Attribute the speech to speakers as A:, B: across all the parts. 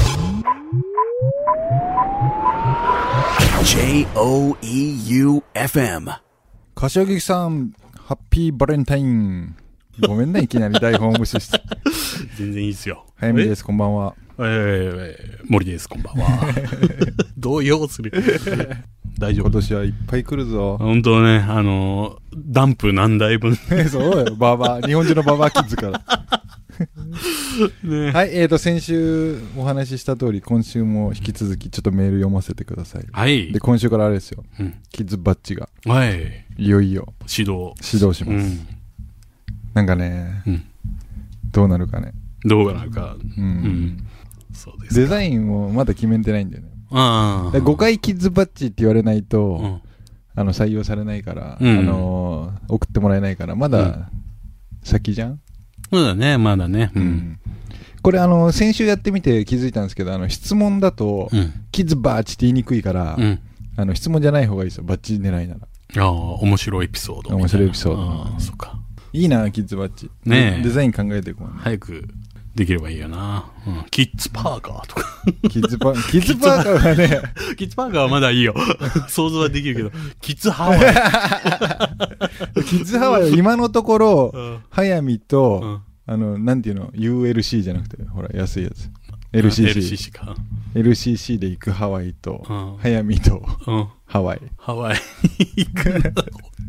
A: E J-O-E-U-F-M
B: 柏木さん、ハッピーバレンタイン。ごめんね、いきなり台本を無視して。
C: 全然いいですよ。。
B: 早めですす、こんばんは。
C: えー森です、こんばん は。動揺する。大丈
B: 今
C: 夫。
B: 年はいっぱい来るぞ。
C: 本当ね、あのー、ダンプ何台分。
B: そうよ、バーバー。日本中のバーバーキッズから。
C: ね、
B: はい、えーと、先週お話しした通り、今週も引き続きちょっとメール読ませてください。
C: はい
B: で、。今週からあれですよ。
C: うん
B: キッズバッジが、
C: はい。
B: いよいよ
C: 指導。
B: 始動し
C: う
B: ます。
C: ん。
B: なんかね、
C: うん
B: どうなるかね。
C: どうがなんか、
B: うん。
C: んそうです。
B: デザインもまだ決めてないんだよね。
C: ああ。
B: 5回キッズバッジって言われないと、
C: うん。
B: あの採用されないから、
C: うん
B: あのー送ってもらえないから、まだ先じゃん、
C: そうだね、まだね。う。
B: うんこれ、あの先週やってみて気づいたんですけど、あの質問だと、
C: うん。
B: キッズバーチって言いにくいから、
C: うん。
B: あの質問じゃない方がいいですよ、バッチ狙いなら。
C: ああ、面白いエピソードみたな。
B: 面白いエピソード
C: ああ、そっか。
B: いいな、キッズバッチ。
C: ねえ
B: デデザイン考えていこうね。
C: 早くできればいいよな。うん。キッズパーカーとか。
B: キッズバキッズバーカーはね、
C: キッズパーカーはまだいい よ。想像はでき るけど、キッズハワイ。
B: キッズハワイは今のところ、
C: うん
B: 速水と、
C: うん
B: あの、なんていうの、ULC じゃなくて、ほら、安いやつ。LCC。
C: LCC か。
B: LCC で行くハワイと、
C: うん
B: 速水と
C: うん。
B: ハワイ。
C: ハワイに行くんだ。本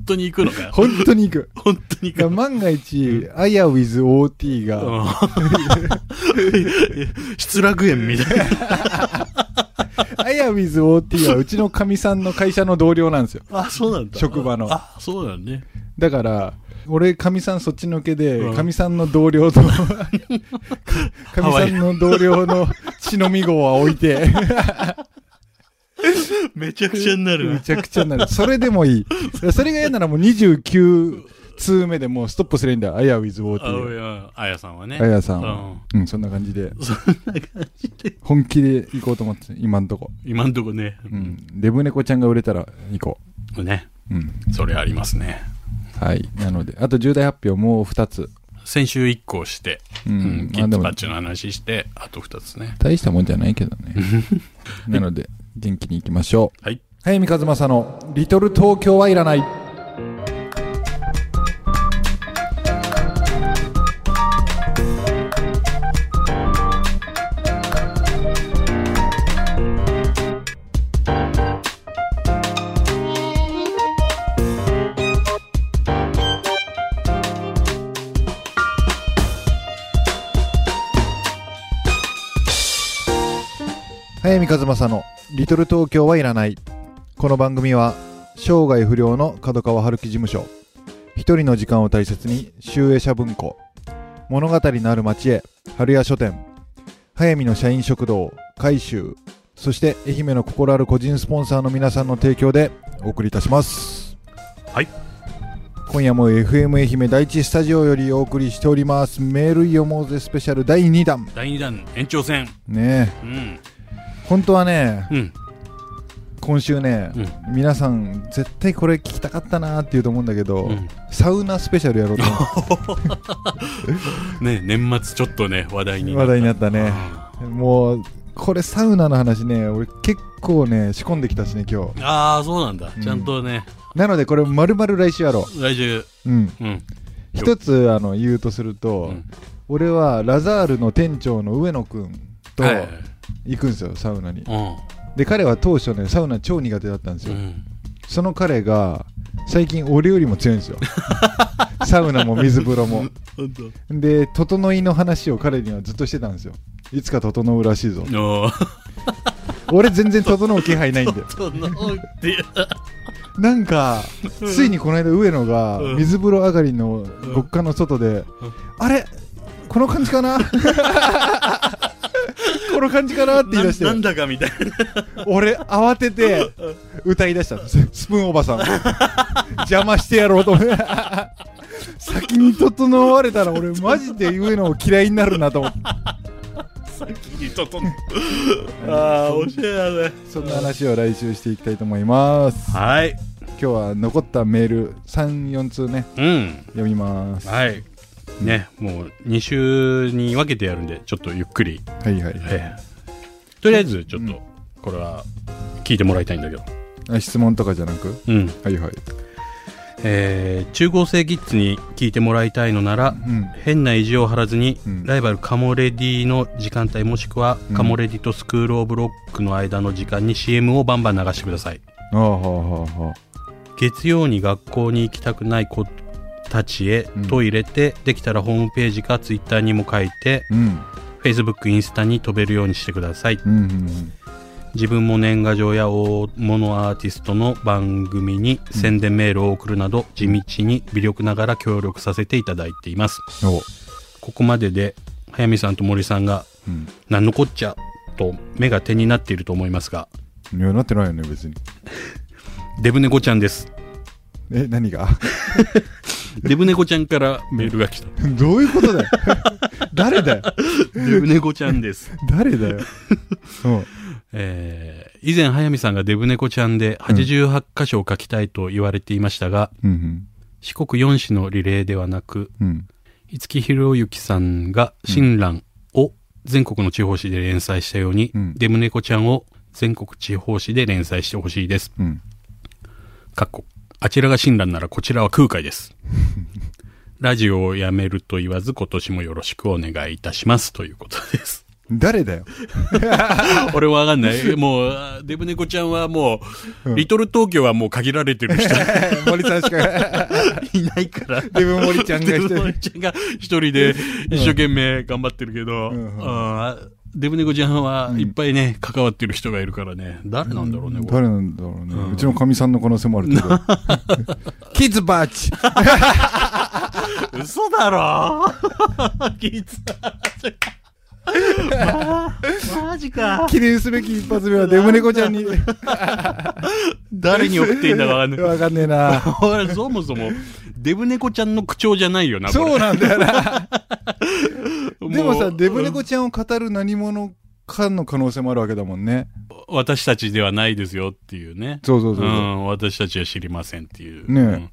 C: 当に行くのかよ。
B: 本当に行 く。
C: 本当に
B: だから
C: 行くの
B: 万が一、アヤウィズ OT が、
C: うん。失楽園みたいな。
B: アヤウィズ OT はうちのかみさんの会社の同僚なんです よ。
C: あ、そうなんだ。
B: 職場の
C: あ、そうなんね。
B: だから、俺、かみさんそっちのけ
C: う
B: で、
C: ん
B: かみさんの同僚 と、かみ
C: ハワ
B: さ
C: イ
B: んの同僚の忍み号は置いて、
C: めちゃくちゃになる
B: め
C: な。
B: ちゃくちゃになる。それでもいい。それが嫌ならもう29通目でもうストップすればいいんだよ。アヤウィズ
C: あお
B: OT。
C: やあやさんはね。
B: アヤさんは。うん、そんな感じで、
C: うん。そんな感じで。
B: 本気で行こうと思って、今んとこ。
C: 今んとこね。
B: うん。デブ猫ちゃんが売れたら行こ
C: ね。
B: う。うん。
C: それありますね。
B: はい。なので、あと重大発表もう2つ。
C: 先週1個して、
B: う
C: うん
B: ん。
C: キ
B: あ
C: ッ
B: で
C: ズ
B: も
C: パッチの話して、あと2つね。
B: 大したもんじゃないけどね。 なので、元気に行きましょう。
C: はい。
B: 早見和正の「リトル東京はいらない」早見和正の「リトル東京はいらない」この番組は生涯不良の角川春樹事務所一人の時間を大切に集英社文庫物語のある町へ春屋書店早見の社員食堂改修そして愛媛の心ある個人スポンサーの皆さんの提供でお送りいたします
C: はい
B: 今夜も FM 愛媛第一スタジオよりお送りしておりますメール読もうぜスペシャル第2弾
C: 第2弾延長戦。
B: ねえ
C: うん。
B: 本当はね
C: うん。
B: 今週ね、
C: うん
B: 皆さん絶対これ聞きたかったなーって言うと思うんだけど、
C: うん
B: サウナスペシャルやろ うと思
C: ね、年末ちょっとね、話題
B: って
C: に。
B: 話題になったね
C: あ
B: もうこれサウナの話ね俺結構ね仕込んできたしね今日
C: あー、そうなんだ
B: う。ん
C: ちゃんとね、
B: なのでこれ丸々来週やろ
C: 来週、
B: ううん
C: うん。
B: 一つあの言うとすると、
C: うん
B: 俺はラザールの店長の上野くんと
C: はいはい
B: 行くんですよ、サウナに
C: は
B: で彼は当初ねサウナ超苦手だったんです
C: い。う
B: よ、
C: ん。うん。
B: その彼が最近俺よりも強いんです よサウナも水風呂も
C: 本当。
B: で、整いの話を彼にはずっとしてたんですよ。いつか整うらしいぞ。
C: おー
B: 俺全然整う気配ないん だよ。
C: そのって、
B: なんか、ついにこの間上野が
C: うん
B: 水風呂上がりの極寒の外で、あれこの感じか なこの感じかなって言い出して
C: な、なんだかみたいな。
B: 俺慌てて歌い出したのススプーンおばさん邪魔してやろうと思 って先に整われたら俺マジで上野を嫌いになるなと思って
C: さっきに整っああ、おしゃれだね。
B: そんな話を来週していきたいと思います。
C: はい。
B: 今日は残ったメール3、4通ね、
C: うん。
B: 読みます。は
C: はい。ね、もう2週に分けてやるんで、ちょっとゆっくり。
B: いはい。
C: ええとりあえず、ちょっと、これは聞いてもらいたいんだけど。
B: あ質問とかじゃなく
C: うん
B: はいはい
C: えー中高生キッズに聞いてもらいたいのなら
B: うん
C: 変な意地を張らずに、
B: うん
C: ライバルカモレディの時間帯もしくは、
B: うん
C: カモレディとスクール・オブ・ロックの間の時間に CM をバンバン流してください
B: ああはあはあはあ
C: 月曜に学校に行きたくない子たちへ
B: うん
C: と入れて、できたらホームページかツイッターにも書いて
B: うん、
C: Facebook インスタに飛べるようにしてください
B: うんうん
C: 自分も年賀状や大物アーティストの番組に宣伝メールを送るなど地道に微力ながら協力させていただいています
B: うんお
C: ここまでで早見さんと森さんが
B: うん
C: 「何のこっちゃ」と目が手になっていると思いますが
B: いやなってないよね別に
C: デブ猫ちゃんです
B: え何が
C: デブ猫ちゃんからメールが来た
B: どういうことだよ 誰だよ
C: デブ猫ちゃんです
B: 誰だよ、うん、
C: えー以前、早見さんがデブ猫ちゃんで88箇所を書きたいと言われていましたが、
B: うん
C: 四国4市のリレーではなく、
B: うんうん
C: 五木ひろゆきさんが親鸞を全国の地方紙で連載したように、
B: うん
C: デブ猫ちゃんを全国地方紙で連載してほしいです。
B: うん
C: かっこ。あちらが親鸞ならこちらは空海 です。ラジオをやめると言わず今年もよろしくお願いいたしますということです。
B: 誰だよ
C: 俺はわかんない。もう、あデブ猫ちゃんはもう、リトル東京はもう限られてる人
B: 森さんしか
C: いないから。
B: デブ森ちゃんが
C: デ
B: 一
C: ブ
B: 人
C: 猫ちゃんが一人で一生懸命頑張ってるけど、
B: うんうん
C: あーデブ猫ちゃんはいっぱいね、関わってる人がいるからね。誰なんだろうね、これ
B: 誰なんだろうね、うちのかみさんの可能性もあるけ どキッズバッチ
C: 嘘だろ 気ぃつマジか。
B: 記念すべき一発目はデブ猫ちゃんに
C: 誰に送っていいんだかわかんない。
B: わかんねえな
C: 俺 そもそも、デブ猫ちゃんの口調じゃないよな、これ
B: そうなんだよな
C: う
B: でもさデブ
C: うん
B: 猫ちゃんを語る何者かの可能性もあるわけだもんね
C: 私たちではないですよっていうね。、
B: そうそうそうそううん
C: 私たちは知りませんっていう。
B: ねえ
C: うん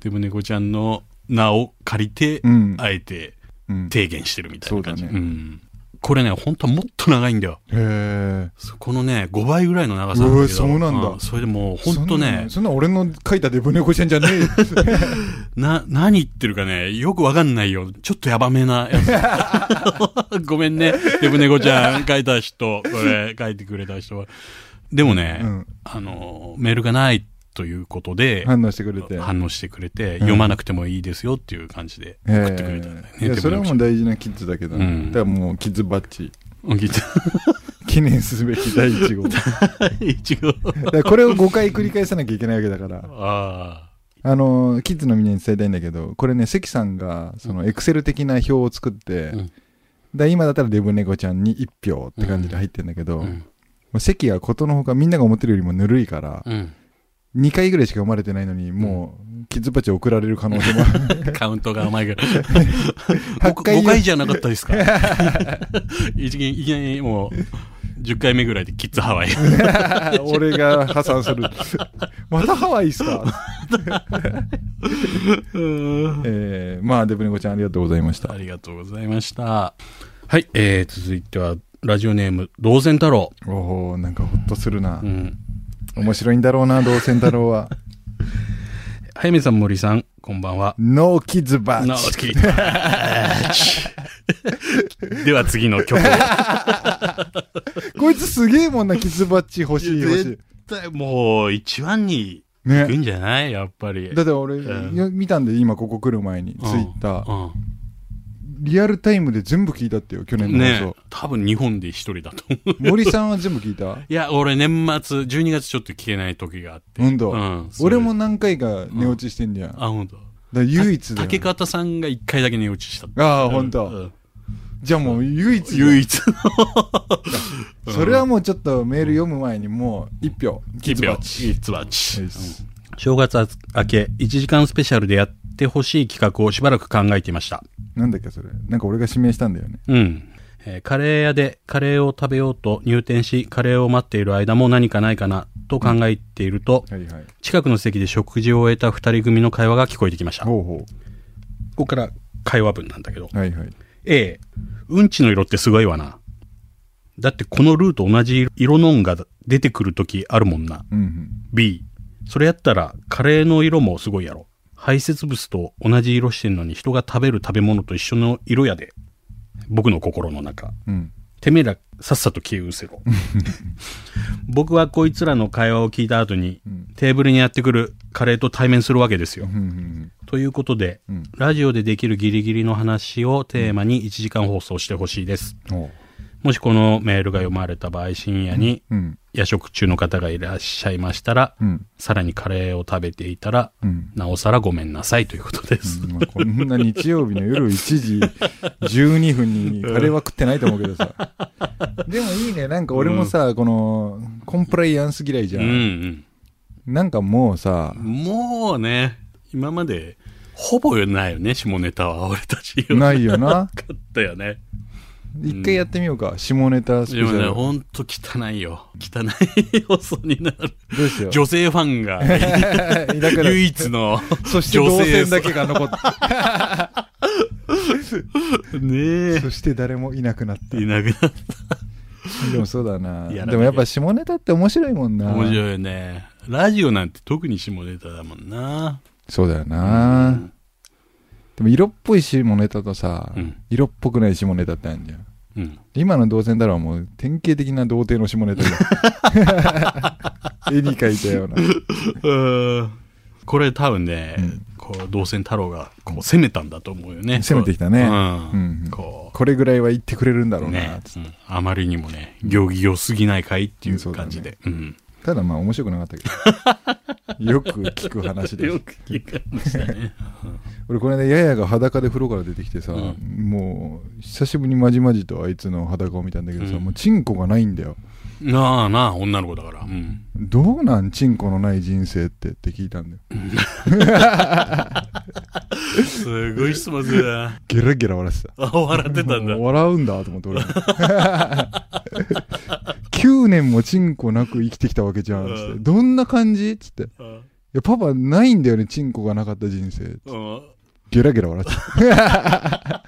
C: でも猫ちゃんの名を借りて、
B: うん、
C: あえて
B: うん、へ
C: 提言してるみたいな感じ。
B: そうだね
C: んこれね、本当はもっと長いんだよ。
B: え
C: そこのね、5倍ぐらいの長さなんだけど。
B: うわそうなんだ
C: それでもう本当ね、
B: そんなそんな俺の書いたデブ猫ちゃんじゃねえよ
C: な、何言ってるかね、よくわかんないよ。ちょっとやばめなや つ。ごめんね、デブ猫ちゃん書いた人、これ書いてくれた人は。でも ね、
B: うん
C: あの、メールがないということで、
B: 反応してくれて
C: 反応してくれて、読まなくてもいいですよっていう感じで
B: ええ
C: 送ってくれたんだよね。
B: いや
C: で
B: それはもう
C: も
B: 大事なキッズだけど、ね
C: うん
B: だからもうキッズバッチ
C: うん聞いた。
B: 記念すべき第1号だか
C: 一応。
B: らこれを5回繰り返さなきゃいけないわけだから
C: あ
B: あのーキッズのみんなに伝えたいんだけどこれね関さんがそのエクセル的な表を作って、
C: うん
B: で今だったらデブ猫ちゃんに1票って感じで入ってんだけ
C: あ。
B: ど、
C: うん。
B: もう関がことのほかみんなが思ってるよりもぬるいから、
C: うん。
B: 2回ぐらいしか生まれてないのにもうキッズパッチ送られる可能性もあ る
C: カウントが甘い から。
B: 8
C: 5,
B: 回
C: 回回じゃなかったですか いきなりいきなりもう、10回目ぐらいでキッズハワイ。
B: 俺が破産するまたハワイっすか、
C: うん
B: えー、まあデブ猫ちゃんありがとうございました
C: ありがとうございました。はい、えー、続いては、ラジオネーム、道前太郎。
B: おおなんかほっとするな、
C: うん。
B: 面白いんだろうな道仙太郎 は
C: 早見さん、森さん、こんばんは。
B: ノーキッズバ
C: な
B: ッ
C: お
B: チ
C: 好 きでは次の曲を。
B: こいつすげえもんな、キスバッチ欲しい欲し
C: 絶対もう一番に
B: い。
C: 行く
B: ね。
C: んじゃないやっぱり。
B: だって俺、
C: うん
B: いや見たんで、今ここ来る前に、ツイ
C: うん
B: ッター。
C: うん
B: リアルタイムで全部聞いたってよ、去年の
C: ね
B: 放
C: え多分日本で一人だと思う。
B: 送。森さんは全部聞い た
C: いや、俺年末、12月ちょっと聞けない時があって。
B: ほんと
C: うん
B: 俺も、何回か寝落ちしてんじゃん。
C: それ
B: だか
C: あ、本当。
B: ら唯一だよ
C: 竹方さんが一回だけ寝落ちした。
B: ああ、ほん
C: う
B: と。
C: ん
B: じゃあもう唯一だよ。
C: 唯一の。うん
B: それはもうちょっとメール読む前にもう一票。キスバッチ。
C: キッズバッチ。
B: よ
C: うん
B: し
C: 正月明け1時間スペシャルでやってほしい企画をしばらく考えていました。
B: なんだっけ、それ。なんか俺が指名したんだよね。
C: うん。えーカレー屋でカレーを食べようと入店し、カレーを待っている間も何かないかなと考えていると、
B: はいはい。
C: 近くの席で食事を終えた二人組の会話が聞こえてきました。こ
B: ほうほ
C: こから会話文なんだけど
B: う。。はいはい。
C: A、うんちの色ってすごいわな。だってこのルーと同じ色のんが出てくるときあるもんな。
B: うん
C: B。それやったらカレーの色もすごいやろ。排泄物と同じ色してんのに人が食べる食べ物と一緒の色やで。僕の心の中。
B: うんうん
C: てめえらさっさと消えうせろ。僕はこいつらの会話を聞いた後に、テーブルにやってくるカレーと対面するわけですよ。
B: うんうん
C: ということで、
B: うん
C: ラジオでできるギリギリの話をテーマに1時間放送してほしいです。
B: うんおう
C: もしこのメールが読まれた場合、深夜に
B: うん
C: 夜食中の方がいらっしゃいましたら、
B: うん
C: さらにカレーを食べていたら、
B: うん
C: なおさらごめんなさいということです。
B: まあこんな日曜日の夜1時12分にカレーは食ってないと思うけどさ。でもいいね。なんか俺もさ、この、コンプライアンス嫌いじ
C: う
B: ゃ。
C: ん、うんん
B: なんかもうさ、
C: もうね、今まで、ほぼないよね、下ネタは。俺たちよ
B: ないよな。
C: かったよね。
B: 一回やってみようか。下ネタスペシ
C: でもね、
B: ャル。
C: ほんと汚いよ。汚い要素になる。
B: どうしよう。
C: 女性ファンが、
B: だから、
C: 唯一の、
B: そして動線だけが残った。
C: ねえ。
B: そして誰もいなくなった。
C: いなくなっ
B: でもそうだな。
C: いや
B: でもやっぱ下ネタって面白いもん
C: た。
B: な。
C: 面白いよね。ラジオなんて特に下ネタだもんな。
B: そうだよな。でも色っぽい下ネタとさ
C: う、ん。
B: 色っぽくない下ネタってあるじゃん。
C: うん。
B: 今の同線だろうもう典型的な童貞の下ネタだ 絵に描いたような
C: うんこれ多分ね、
B: うん
C: こう、道線太郎が、こう、攻めたんだと思うよね。
B: 攻めてきたね
C: う。
B: うんん
C: こ
B: これぐらいは言ってくれるんだろ
C: う、
B: うな、
C: ね、うんあまりにもね、行儀良すぎない回ってい
B: そううだね
C: 感じで。うん。
B: ただまあ面白くなかったけ どよく聞く話で
C: く聞きましたね。
B: 俺これねややが裸で風呂から出てきてさ、
C: うん
B: もう久しぶりにまじまじとあいつの裸を見たんだけどさ、
C: うん
B: もうチンコがないんだよ
C: なあなあ、女の子だから。 うん。
B: どうなんチンコのない人生ってって聞いたんだよ
C: すごい質問するな。
B: ゲラゲラ笑ってた
C: あ、 笑ってたんだ
B: もう。笑うんだと思って俺も 9年もチンコなく生きてきたわけじゃんっつっ
C: う
B: て
C: ん
B: どんな感じっつってい
C: うん
B: やパパないんだよねチンコがなかった人生
C: うん
B: ゲラゲラ笑ってた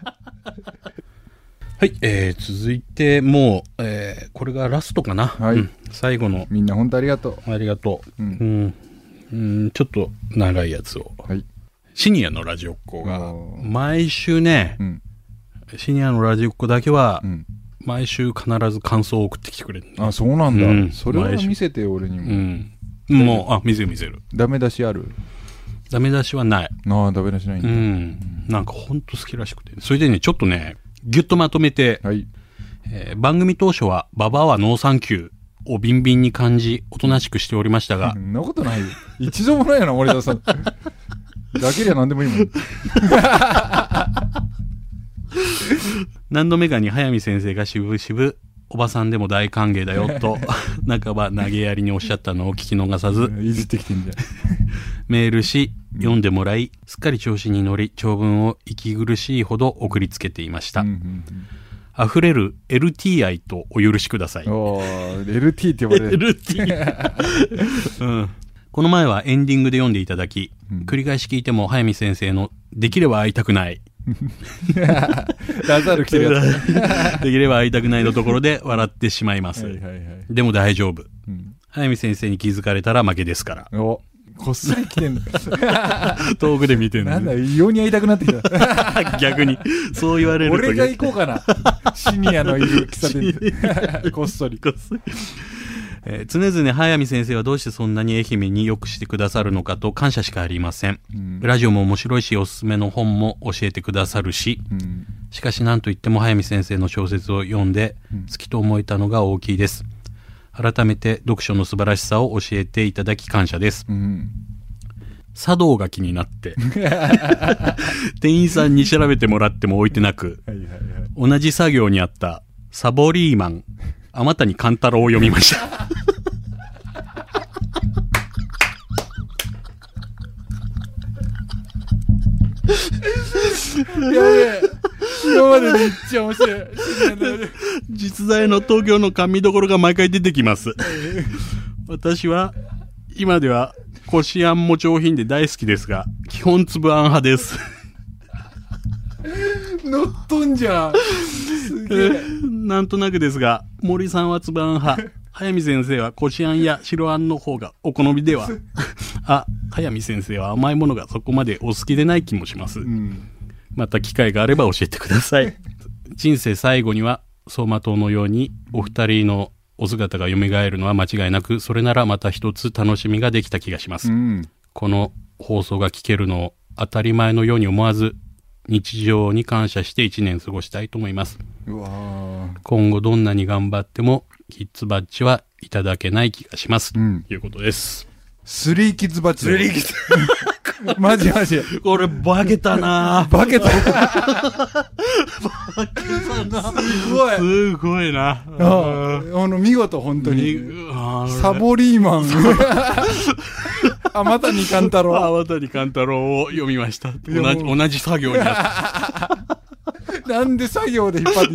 C: はい、えー、続いて、もう、えー、これがラストかな。
B: はい
C: うん最後の、
B: みんな本当ありがと
C: ありがとう。
B: う、うん、
C: うん、うん、ちょっと長いやつを。
B: はい
C: シニアのラジオっ子が、
B: おー
C: 毎週ね
B: う、ん
C: シニアのラジオっ子だけは
B: う、ん
C: 毎週必ず感想を送ってきてくれるの。
B: あそうなんだ、
C: うん
B: それは
C: 毎週
B: 見せて俺に
C: う
B: も、
C: ん。もう、あ、見せる見せる。
B: ダメ出しある
C: ダメ出しはない。
B: なあダメ出しないん
C: う
B: だ、
C: ん。なんかほんと好きらしくて。それでね、ちょっとね、ぎゅっとまとめて、
B: はい
C: えー番組当初は、ババアはノーサンキューをビンビンに感じ、おとなしくしておりましたが
B: そ、んなことないよ一度もないよな森田 さんだけりゃ何でもいいもん
C: 何度目かに早見先生が渋々、おばさんでも大歓迎だよ と、半ば投げやりにおっしゃったのを聞き逃さず、
B: いじってきてんじゃ
C: メールし、読んでもらい、すっかり調子に乗り、長文を息苦しいほど送りつけていました
B: ん、う。ん
C: 溢れる LT 愛とお許しください
B: うん、。おー LT って呼ばれる
C: LT 愛、うん。この前はエンディングで読んでいただき、
B: うん
C: 繰り返し聞いても早見先生の、できれば会いたくない、
B: ラザール来てるやつ。
C: できれば会いたくないのところで笑ってしまいます。
B: はいはいはい。
C: でも大丈夫。
B: うん、
C: 早見先生に気づかれたら負けですから。
B: おこっそり来て んの。
C: 遠くで見てる
B: なんだ、異様に会いたくなってき た。
C: 逆に。そう言われると
B: 俺が行こうかな。シニアのいる喫茶店に。 こっそり。
C: えー常々早見先生はどうしてそんなに愛媛によくしてくださるのかと感謝しかありません。
B: うん
C: ラジオも面白いし、おすすめの本も教えてくださるし、
B: うん
C: しかし何と言っても早見先生の小説を読んで
B: うん
C: 好きと思えたのが大きいです。改めて読書の素晴らしさを教えていただき感謝です。
B: うん。
C: 茶道が気になって、店員さんに調べてもらっても置いてなく、
B: はいはいはい。
C: 同じ作業にあったサボリーマン、あまたにカンタロウを読みました。
B: 今までめっちゃ面白い。シニアのいる
C: 実在の東京の甘味どころが毎回出てきます。私は、今では、こしあんも上品で大好きですが、基本粒あん派です。
B: 乗っとんじゃん。す
C: なんとなくですが、森さんはつばん派、早見先生はこしあんや白あんの方がお好みでは。あ、早見先生は甘いものがそこまでお好きでない気もします。
B: うん。
C: また機会があれば教えてくだ さい。人生最後には、走馬灯のようにお二人のお姿が蘇るのは間違いなく、それならまた一つ楽しみができた気がします。
B: うん。
C: この放送が聞けるのを当たり前のように思わず、日常に感謝して一年過ごしたいと思います。
B: うわー
C: 今後どんなに頑張っても、キッズバッジはいただけない気がします。
B: うん。
C: ということです。
B: スリーキッズバッチだよ。
C: リー
B: マジマジ。
C: これ、化けたな
B: バケット。すごい。
C: すごいな
B: ああの、見事、本当に。サボリーマン。あ、また二冠太
C: あ
B: 郎。
C: 渡勘太郎を読みました。
B: いや
C: 同じ、
B: もう
C: 同じ作業になった。
B: なんで作業で引っ張っ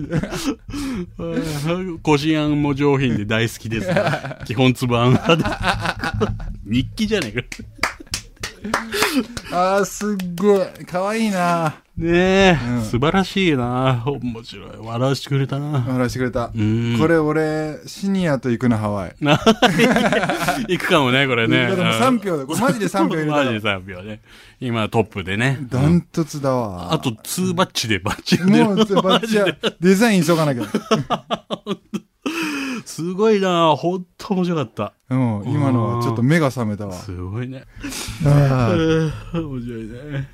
B: て
C: こしあんも上品で大好きです が、基本つばあん派で。日記じゃねえか。
B: あー、すっごい。かわいいな。
C: ねえ、
B: うん
C: 素晴らしいな面白い。笑わしてくれたな
B: 笑わしてくれた。
C: うん。
B: これ、俺、シニアと行くな、ハワイ。
C: な 行くかもね、これね。
B: でも3票だ。これマジで3票入れ
C: マ
B: た
C: ジで
B: ら。
C: 3票ね。今トップでね。
B: ダントツだわ。
C: あと、2バッチでバッチが出
B: も
C: る。
B: う、バッチはデザイン急がなきゃ。
C: すごいなほんと面白かった。
B: うん、今のはちょっと目が覚めたわ。
C: すごいね。
B: あー
C: 面白いね。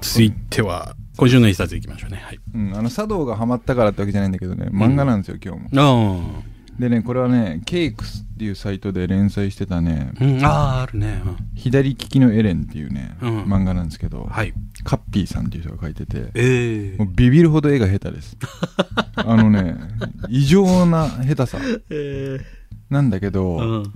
C: 続いては、今週の一冊いきましょうね。はい。
B: うん、あの、茶道がハマったからってわけじゃないんだけどね、漫画なんですよ、今日も。
C: あ
B: でね、これはね、ケイクスっていうサイトで連載してたね、
C: あ、うん、あーあるね。
B: 左利きのエレンっていうね、
C: うん
B: 漫画なんですけど、
C: はい。
B: カッピーさんっていう人が書いてて、
C: ええ
B: もうビビるほど絵が下手 です。あのね、異常な下手さ
C: ええ
B: なんだけど、
C: うん。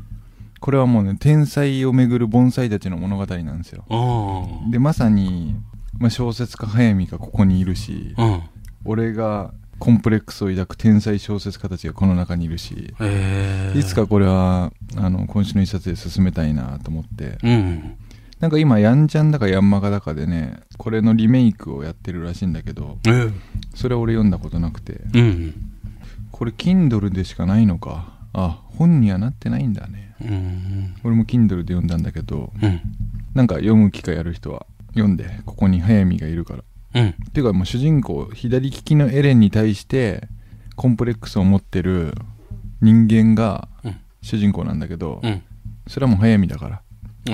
B: これはもうね、天才をめぐる盆栽たちの物語なんですよ。
C: あ
B: で、まさに、まあ、小説家早見がここにいるし、
C: あ。うん。
B: 俺がコンプレックスを抱く天才小説家たちがこの中にいるし、
C: ええ
B: いつ。かこれはあの今週の一冊で進めたいなと思って
C: うん。
B: なんか今ヤンちゃんだかヤンマガだかでねこれのリメイクをやってるらしいんだけど
C: ええ
B: それは俺読んだことなくて
C: うん。
B: これ Kindle でしかないのかあ本にはなってないんだね
C: うん。
B: 俺も Kindle で読んだんだけど
C: うん。
B: なんか読む機会ある人は読んでここに速水がいるから
C: うん。
B: っていうかもう主人公左利きのエレンに対してコンプレックスを持ってる人間が
C: うん
B: 主人公なんだけど、
C: うん。
B: それはもう速水だから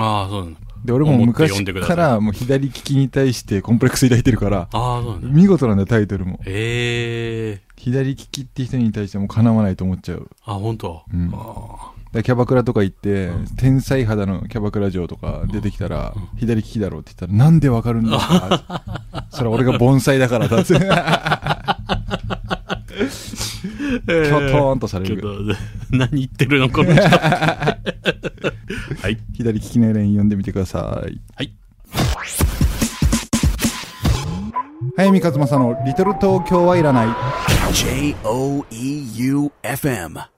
C: ああ、そうなんだ。
B: で俺も
C: 思って読
B: 昔
C: んでくださ
B: か
C: い
B: らもう左利きに対してコンプレックス抱いてるから
C: ああ、そうなんだ。
B: 見事なんだよタイトルも
C: ええ
B: 左利きって人に対してもかなわないと思っちゃう
C: あ、本当。
B: うん
C: ああ。
B: でキャバクラとか行って、
C: うん
B: 天才肌のキャバクラ嬢とか出てきたら、左利きだろうって言ったらなんでわかるんだかそれは俺が盆栽だからだって キ
C: え
B: ョ
C: え
B: トーンとされ
C: ちょっ
B: る
C: と、 何言ってるのこの人。はい。
B: 左利きのエレン読んでみてください
C: はい。
B: 早見和正の「リトル東京はいらない」
A: J O E U F M.